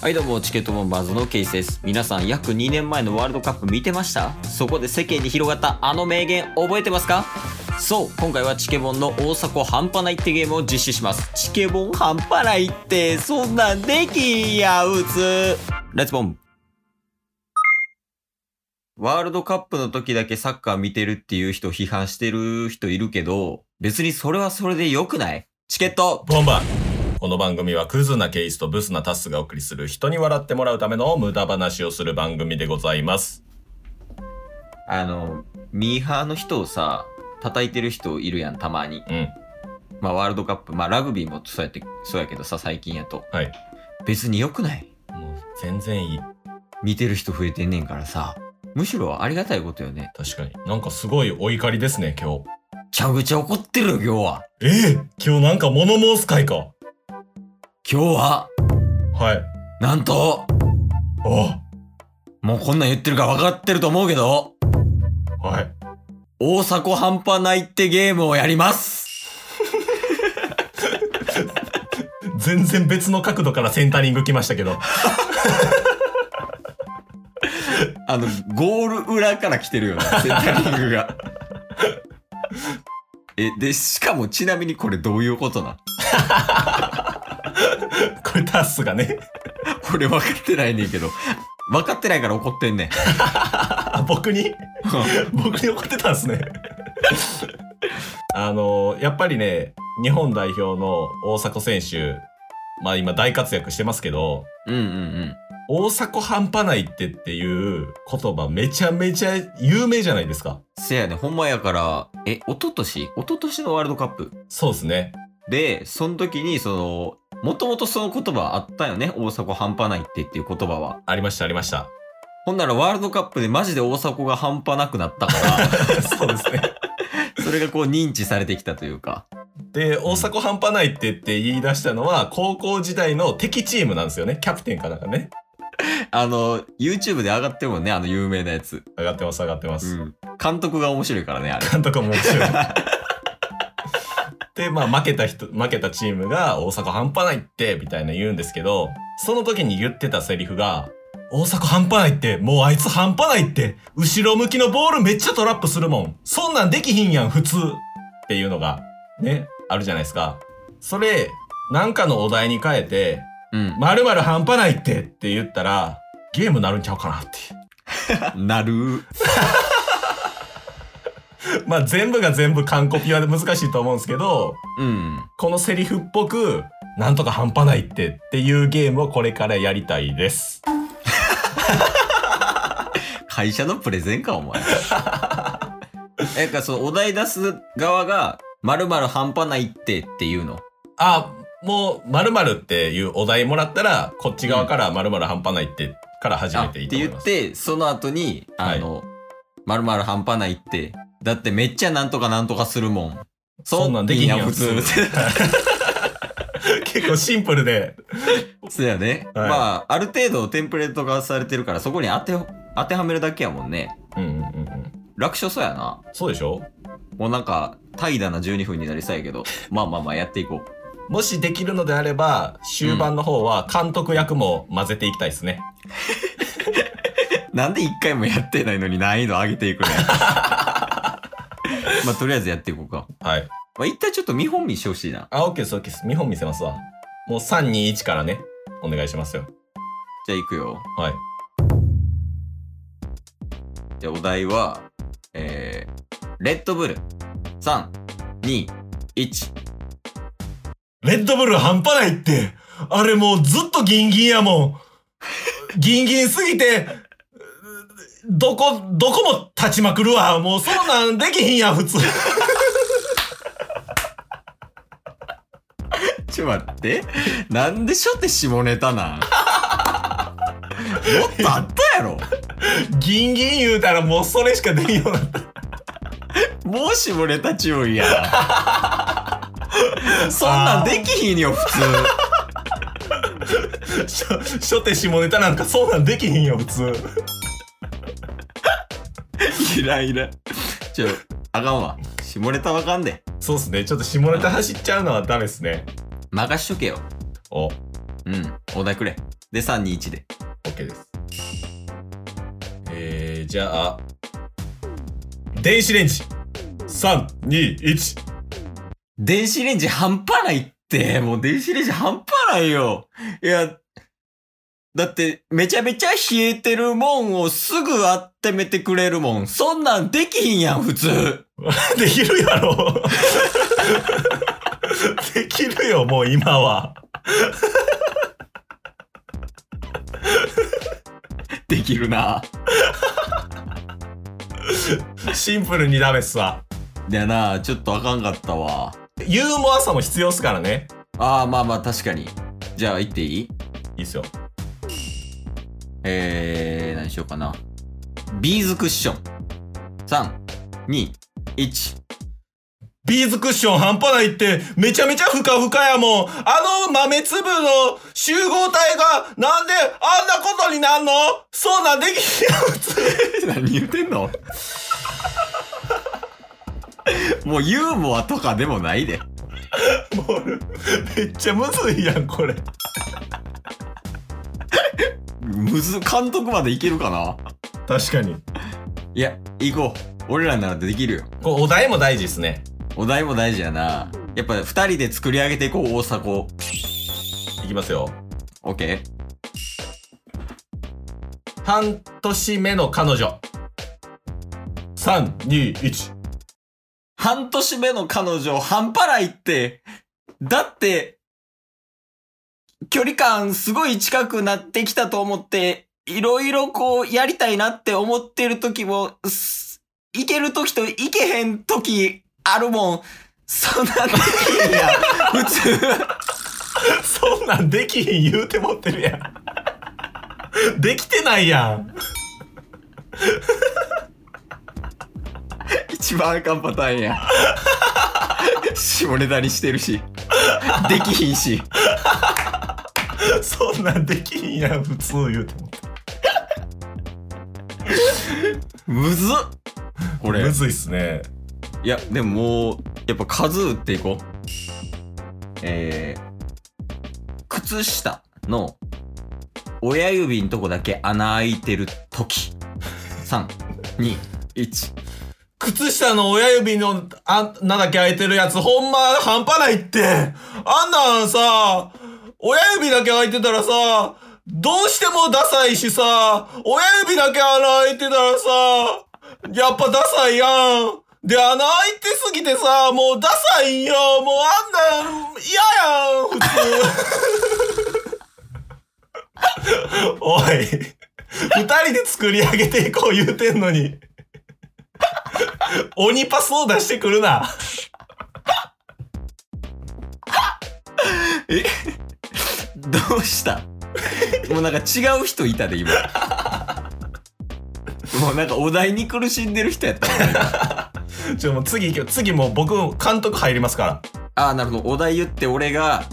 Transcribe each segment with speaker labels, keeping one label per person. Speaker 1: はいどうもチケットボンバーズのケイスです皆さん約2年前のワールドカップ見てましたそこで世間に広がったあの名言覚えてますかそう今回はチケボンの大迫半端ないってゲームを実施しますチケボン半端ないってそんなんできやうつレッツボンワールドカップの時だけサッカー見てるっていう人批判してる人いるけど別にそれはそれで良くないチケット
Speaker 2: ボンバーこの番組はクズなケイスとブスなタスがお送りする人に笑ってもらうための無駄話をする番組でございます。
Speaker 1: あの、ミーハーの人をさ、叩いてる人いるやん、たまに。
Speaker 2: うん。
Speaker 1: まあ、ワールドカップ、まあ、ラグビーもそうやって、そうやけどさ、最近やと。
Speaker 2: はい。
Speaker 1: 別に良くない
Speaker 2: もう全然いい。
Speaker 1: 見てる人増えてんねんからさ。むしろありがたいことよね。
Speaker 2: 確かに。なんかすごいお怒りですね、今日。
Speaker 1: ちゃぐちゃ怒ってるよ、今日は。
Speaker 2: ええ今日なんか物申す会か。
Speaker 1: 今日は、
Speaker 2: はい。
Speaker 1: なんと、
Speaker 2: あ
Speaker 1: もうこんなん言ってるから分かってると思うけど、
Speaker 2: あはい。
Speaker 1: 大迫半端ないってゲームをやります。
Speaker 2: 全然別の角度からセンタリング来ましたけど。
Speaker 1: あの、ゴール裏から来てる よね、センタリングが。え、で、しかもちなみにこれどういうことなん
Speaker 2: これタスがね、
Speaker 1: これ分かってないねんけど。分かってないから怒って んねん。
Speaker 2: あ僕に 僕に怒ってたんですね。 あのやっぱりね、日本代表の大迫選手、まあ今大活躍してますけど、
Speaker 1: うんうんうん。
Speaker 2: 大迫半端ないってっていう言葉めちゃめちゃ有名じゃないですか。
Speaker 1: せやね、ほんまやから、え、一昨年一昨年のワールドカップ。
Speaker 2: そうですね。
Speaker 1: で、その時に、その、もともとその言葉あったよね。大迫半端ないってっていう言葉は。
Speaker 2: ありましたありました。
Speaker 1: ほんならワールドカップでマジで大迫が半端なくなった から、
Speaker 2: そうですね。
Speaker 1: それがこう認知されてきたというか。
Speaker 2: で、大迫半端ないってって言い出したのは高校時代の敵チームなんですよね。キャプテンかなんかね。
Speaker 1: あの、YouTube で上がってるもんね、あの有名なやつ。
Speaker 2: 上がってます上がってま
Speaker 1: う
Speaker 2: す。
Speaker 1: ん。監督が面白いからね、あれ。
Speaker 2: 監督も面白い。で、まあ、負けた人、負けたチームが、大阪半端ないって、みたいな言うんですけど、その時に言ってたセリフが、大阪半端ないって、もうあいつ半端ないって、後ろ向きのボールめっちゃトラップするもん。そんなんできひんやん、普通。っていうのが、ね、あるじゃないですか。それ、なんかのお題に変えて、
Speaker 1: うん。
Speaker 2: 〇〇半端ないってって言ったら、ゲームなるんちゃうかなっていう。
Speaker 1: なる。
Speaker 2: まあ、全部が全部完コピは難しいと思うんですけど、
Speaker 1: うん。
Speaker 2: このセリフっぽく、なんとか半端ないってっていうゲームをこれからやりたいです。
Speaker 1: 会社のプレゼンか、お前。 え、か、そのお題出す側が、まるまる半端ないってっていうの。
Speaker 2: あ、もう、〇〇っていうお題もらったら、こっち側から〇〇半端ないってから始
Speaker 1: あ
Speaker 2: め
Speaker 1: ってて
Speaker 2: いいと思い
Speaker 1: 言
Speaker 2: ま
Speaker 1: っ
Speaker 2: す。
Speaker 1: て、その後に、あの、まるまる半端ないって、だってめっちゃなんとかなんとかするもん。
Speaker 2: そんなんできひんやん
Speaker 1: いい普通。
Speaker 2: 結構シンプルで。
Speaker 1: そうやね。
Speaker 2: はい
Speaker 1: まあ、ある程度テンプレート化されてるから、そこに当て、当てはめるだけやもんね。
Speaker 2: うんうんうんうん。
Speaker 1: 楽勝そうやな。
Speaker 2: そうでしょ
Speaker 1: もうなんか、怠惰な12分になりそうやけど、まあまあまあやっていこう。
Speaker 2: もしできるのであれば、終盤の方は監督役も混ぜていきたいですね。
Speaker 1: なんで一回もやってないのに難易度上げていくのや。 まあ、とりあえずやっていこうか。
Speaker 2: はい。
Speaker 1: まあ、一回ちょっと見本見してほしいな。
Speaker 2: あ、OK です、OK です。見本見せますわ。もう3、2、1からね、お願いしますよ。
Speaker 1: じゃあ行くよ。
Speaker 2: はい。
Speaker 1: じゃあお題は、えー、レッドブル。3、2、1。
Speaker 2: レッドブル半端ないって。あれもうずっとギンギンやもん。ギンギンすぎて、どこ、どこも立ちまくるわ。もうそんなんできひんやん、普通。
Speaker 1: ちょ待って。なんでしょって下ネタなんもっとあったやろ。
Speaker 2: ギンギン言うたらもうそれしかできんようになった。
Speaker 1: もう下ネタ注意やな。そんなんできひんよ、普通。
Speaker 2: しょ、初手下ネタなんかそんなんできひんよ、普通。
Speaker 1: イライラ。ちょ、あかんわ。下ネタわかんで。
Speaker 2: そうっすね。ちょっと下ネタ走っちゃうのはダメっすね。
Speaker 1: 任しとけよ。
Speaker 2: お、
Speaker 1: うん、お題くれ。で、3、2、1で。
Speaker 2: OK です。えー、じゃあ、電子レンジ。3、2、1。
Speaker 1: 電子レンジ半端ないって。もう電子レンジ半端ないよ。いや、だって、めちゃめちゃ冷えてるもんをすぐ温めてくれるもん。そんなんできひんやん、普通。
Speaker 2: できるやろできるよ、もう今は。
Speaker 1: できるな。
Speaker 2: シンプルにダメっすわ。
Speaker 1: いやな、ちょっとあかんかったわ。
Speaker 2: ユーモアさも必要っすからね。
Speaker 1: ああ、まあまあ、確かに。じゃあ、行っていい
Speaker 2: いいっすよ。
Speaker 1: えー、何しようかな。ビーズクッション。3、2、1。
Speaker 2: ビーズクッション半端ないって、めちゃめちゃふかふかやもん。あの豆粒の集合体が、なんであんなことになんのそんなんできんやん、普 通。
Speaker 1: 何言ってんのもうユーモアとかでもないで。
Speaker 2: ボールめっちゃむずいやんこれ
Speaker 1: むず、監督までいけるかな
Speaker 2: 確かに
Speaker 1: いや、行こう。俺らならできるよ。
Speaker 2: こうお題も大事ですね
Speaker 1: お題も大事やな。やっぱ二人で作り上げていこう、大迫。
Speaker 2: いきますよ
Speaker 1: オッケ
Speaker 2: 半年目の彼女321
Speaker 1: ー。半年目の彼女、半端ないって。だって、距離感すごい近くなってきたと思って、いろいろこうやりたいなって思ってる時も、すいける時といけへん時あるもん。そんなんできん やん。普通。
Speaker 2: そんなんできひん言うて持ってるやんできてないやん
Speaker 1: 一番あかんパターンや下ネタにしてるしできひんし
Speaker 2: そんなんできひんやん普通言うても
Speaker 1: むずっこれ
Speaker 2: む
Speaker 1: い
Speaker 2: ずいっすね
Speaker 1: やでももうやっぱ数打っていこうえー、靴下の親指のとこだけ穴開いてる時321
Speaker 2: 靴下の親指のあなんだっけ開いてるやつほんま半端ないってあんなんさ親指だけ開いてたらさどうしてもダサいしさ親指だけ穴開いてたらさやっぱダサいやんで穴開いてすぎてさもうダサいんよもうあんなん嫌やん普通 おい二人で作り上げていこう言うてんのに鬼パスを出してくるな。
Speaker 1: どうしたもうなんか違う人いたで今もうなんかお題に苦しんでる人やったもんね
Speaker 2: ちょ、もう次行けよ。次もう僕、監督入りますから。
Speaker 1: ああ、なるほど。お題言って、俺が、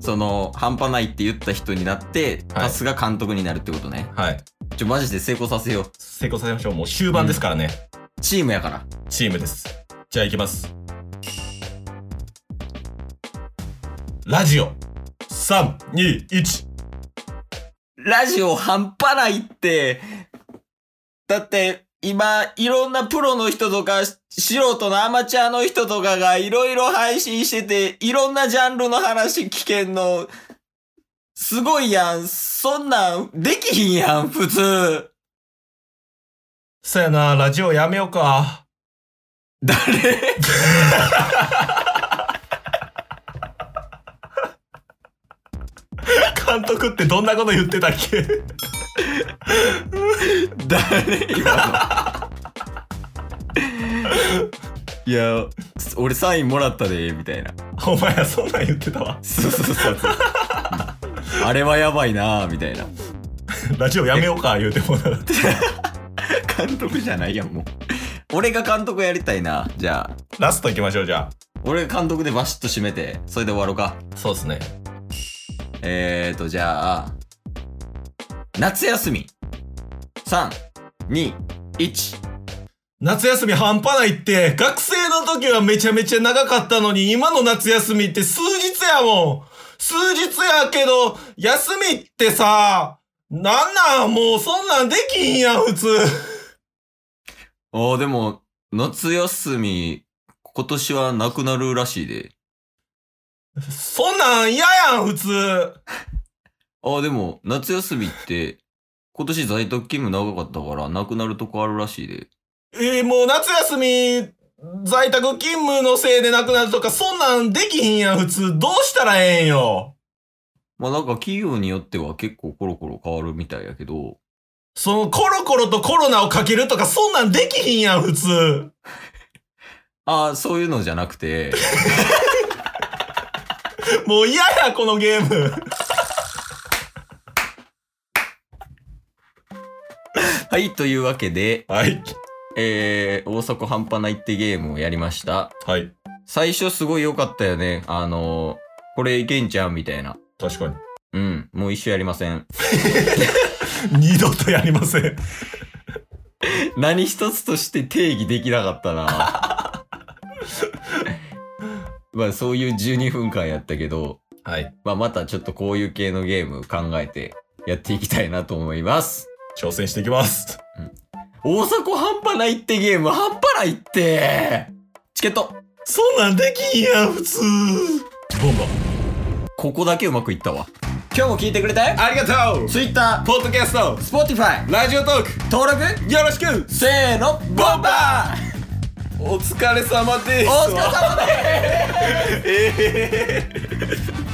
Speaker 1: その、半端ないって言った人になって、
Speaker 2: はい
Speaker 1: タスが監督になるってことね。
Speaker 2: はい。
Speaker 1: ちょ、マジで成功させよう。
Speaker 2: 成功させましょう。もう終盤ですからね。
Speaker 1: チームやから。
Speaker 2: チームです。じゃあ行きます。ラジオ。3、2、1。
Speaker 1: ラジオ半端ないって、だって、今、いろんなプロの人とか、し素人のアマチュアの人とかがいろいろ配信してて、いろんなジャンルの話聞けんの、すごいやん。そんなん、できひんやん、普通。
Speaker 2: そやな、ラジオやめようか。
Speaker 1: 誰
Speaker 2: 監督ってどんなこと言ってたっけ
Speaker 1: 誰今の いや俺サインもらったでみたいな
Speaker 2: お前らそんなん言ってたわ。
Speaker 1: そうそうそうそうあれはやばいなみたいな
Speaker 2: ラジオやめようか、言うてもな。
Speaker 1: 監督じゃないやんもう俺が監督やりたいなじゃあ
Speaker 2: ラスト行きましょう、じゃ
Speaker 1: 俺が監督でバシッと締めてそれで終わろうか
Speaker 2: あ。そうですね。
Speaker 1: えーとじゃあ夏休み321
Speaker 2: 夏休み半端ないって、学生の時はめちゃめちゃ長かったのに、今の夏休みって数日やもん。数日やけど、休みってさ、なんなんもうそんなんできんやん、普通。
Speaker 1: ああ、でも、夏休み、今年はなくなるらしいで。
Speaker 2: そんなん嫌やん、普通。
Speaker 1: ああ、でも、夏休みって、今年在宅勤務長かったから、なくなるとこあるらしいで。
Speaker 2: えーもう夏休み、在宅勤務のせいでなくなるとか、そんなんできひんやん、普通。どうしたらええんよ。
Speaker 1: まあなんか企業によっては結構コロコロ変わるみたいやけど、
Speaker 2: そのコロコロとコロナをかけるとか、そんなんできひんやん、普通。
Speaker 1: ああ、そういうのじゃなくて、
Speaker 2: もう嫌や、このゲーム。
Speaker 1: はい、というわけで、
Speaker 2: はい。
Speaker 1: えー、大阪半端ないってゲームをやりました。
Speaker 2: はい。
Speaker 1: 最初すごい良かったよね。あのーこれいけんちゃうみたいな。
Speaker 2: 確かに。
Speaker 1: うん、もう一生やりません。
Speaker 2: 二度とやりません。
Speaker 1: 何一つとして定義できなかったな。 まあそういう12分間やったけど、
Speaker 2: はい。
Speaker 1: まあまたちょっとこういう系のゲーム考えてやっていきたいなと思います。
Speaker 2: 挑戦していきます。
Speaker 1: 大阪半端ないってゲーム半端ないってチケット
Speaker 2: そんなんできんやん、普通。ボンボン。
Speaker 1: ここだけうまくいったわ。今日も聞いてくれたよ
Speaker 2: ありがとう
Speaker 1: Twitter、
Speaker 2: ポッドキャスト、
Speaker 1: Spotify、
Speaker 2: ラジオトーク、
Speaker 1: 登録
Speaker 2: よろしく
Speaker 1: せーのボンバー
Speaker 2: お疲れ様です
Speaker 1: お疲れ様です
Speaker 2: ええ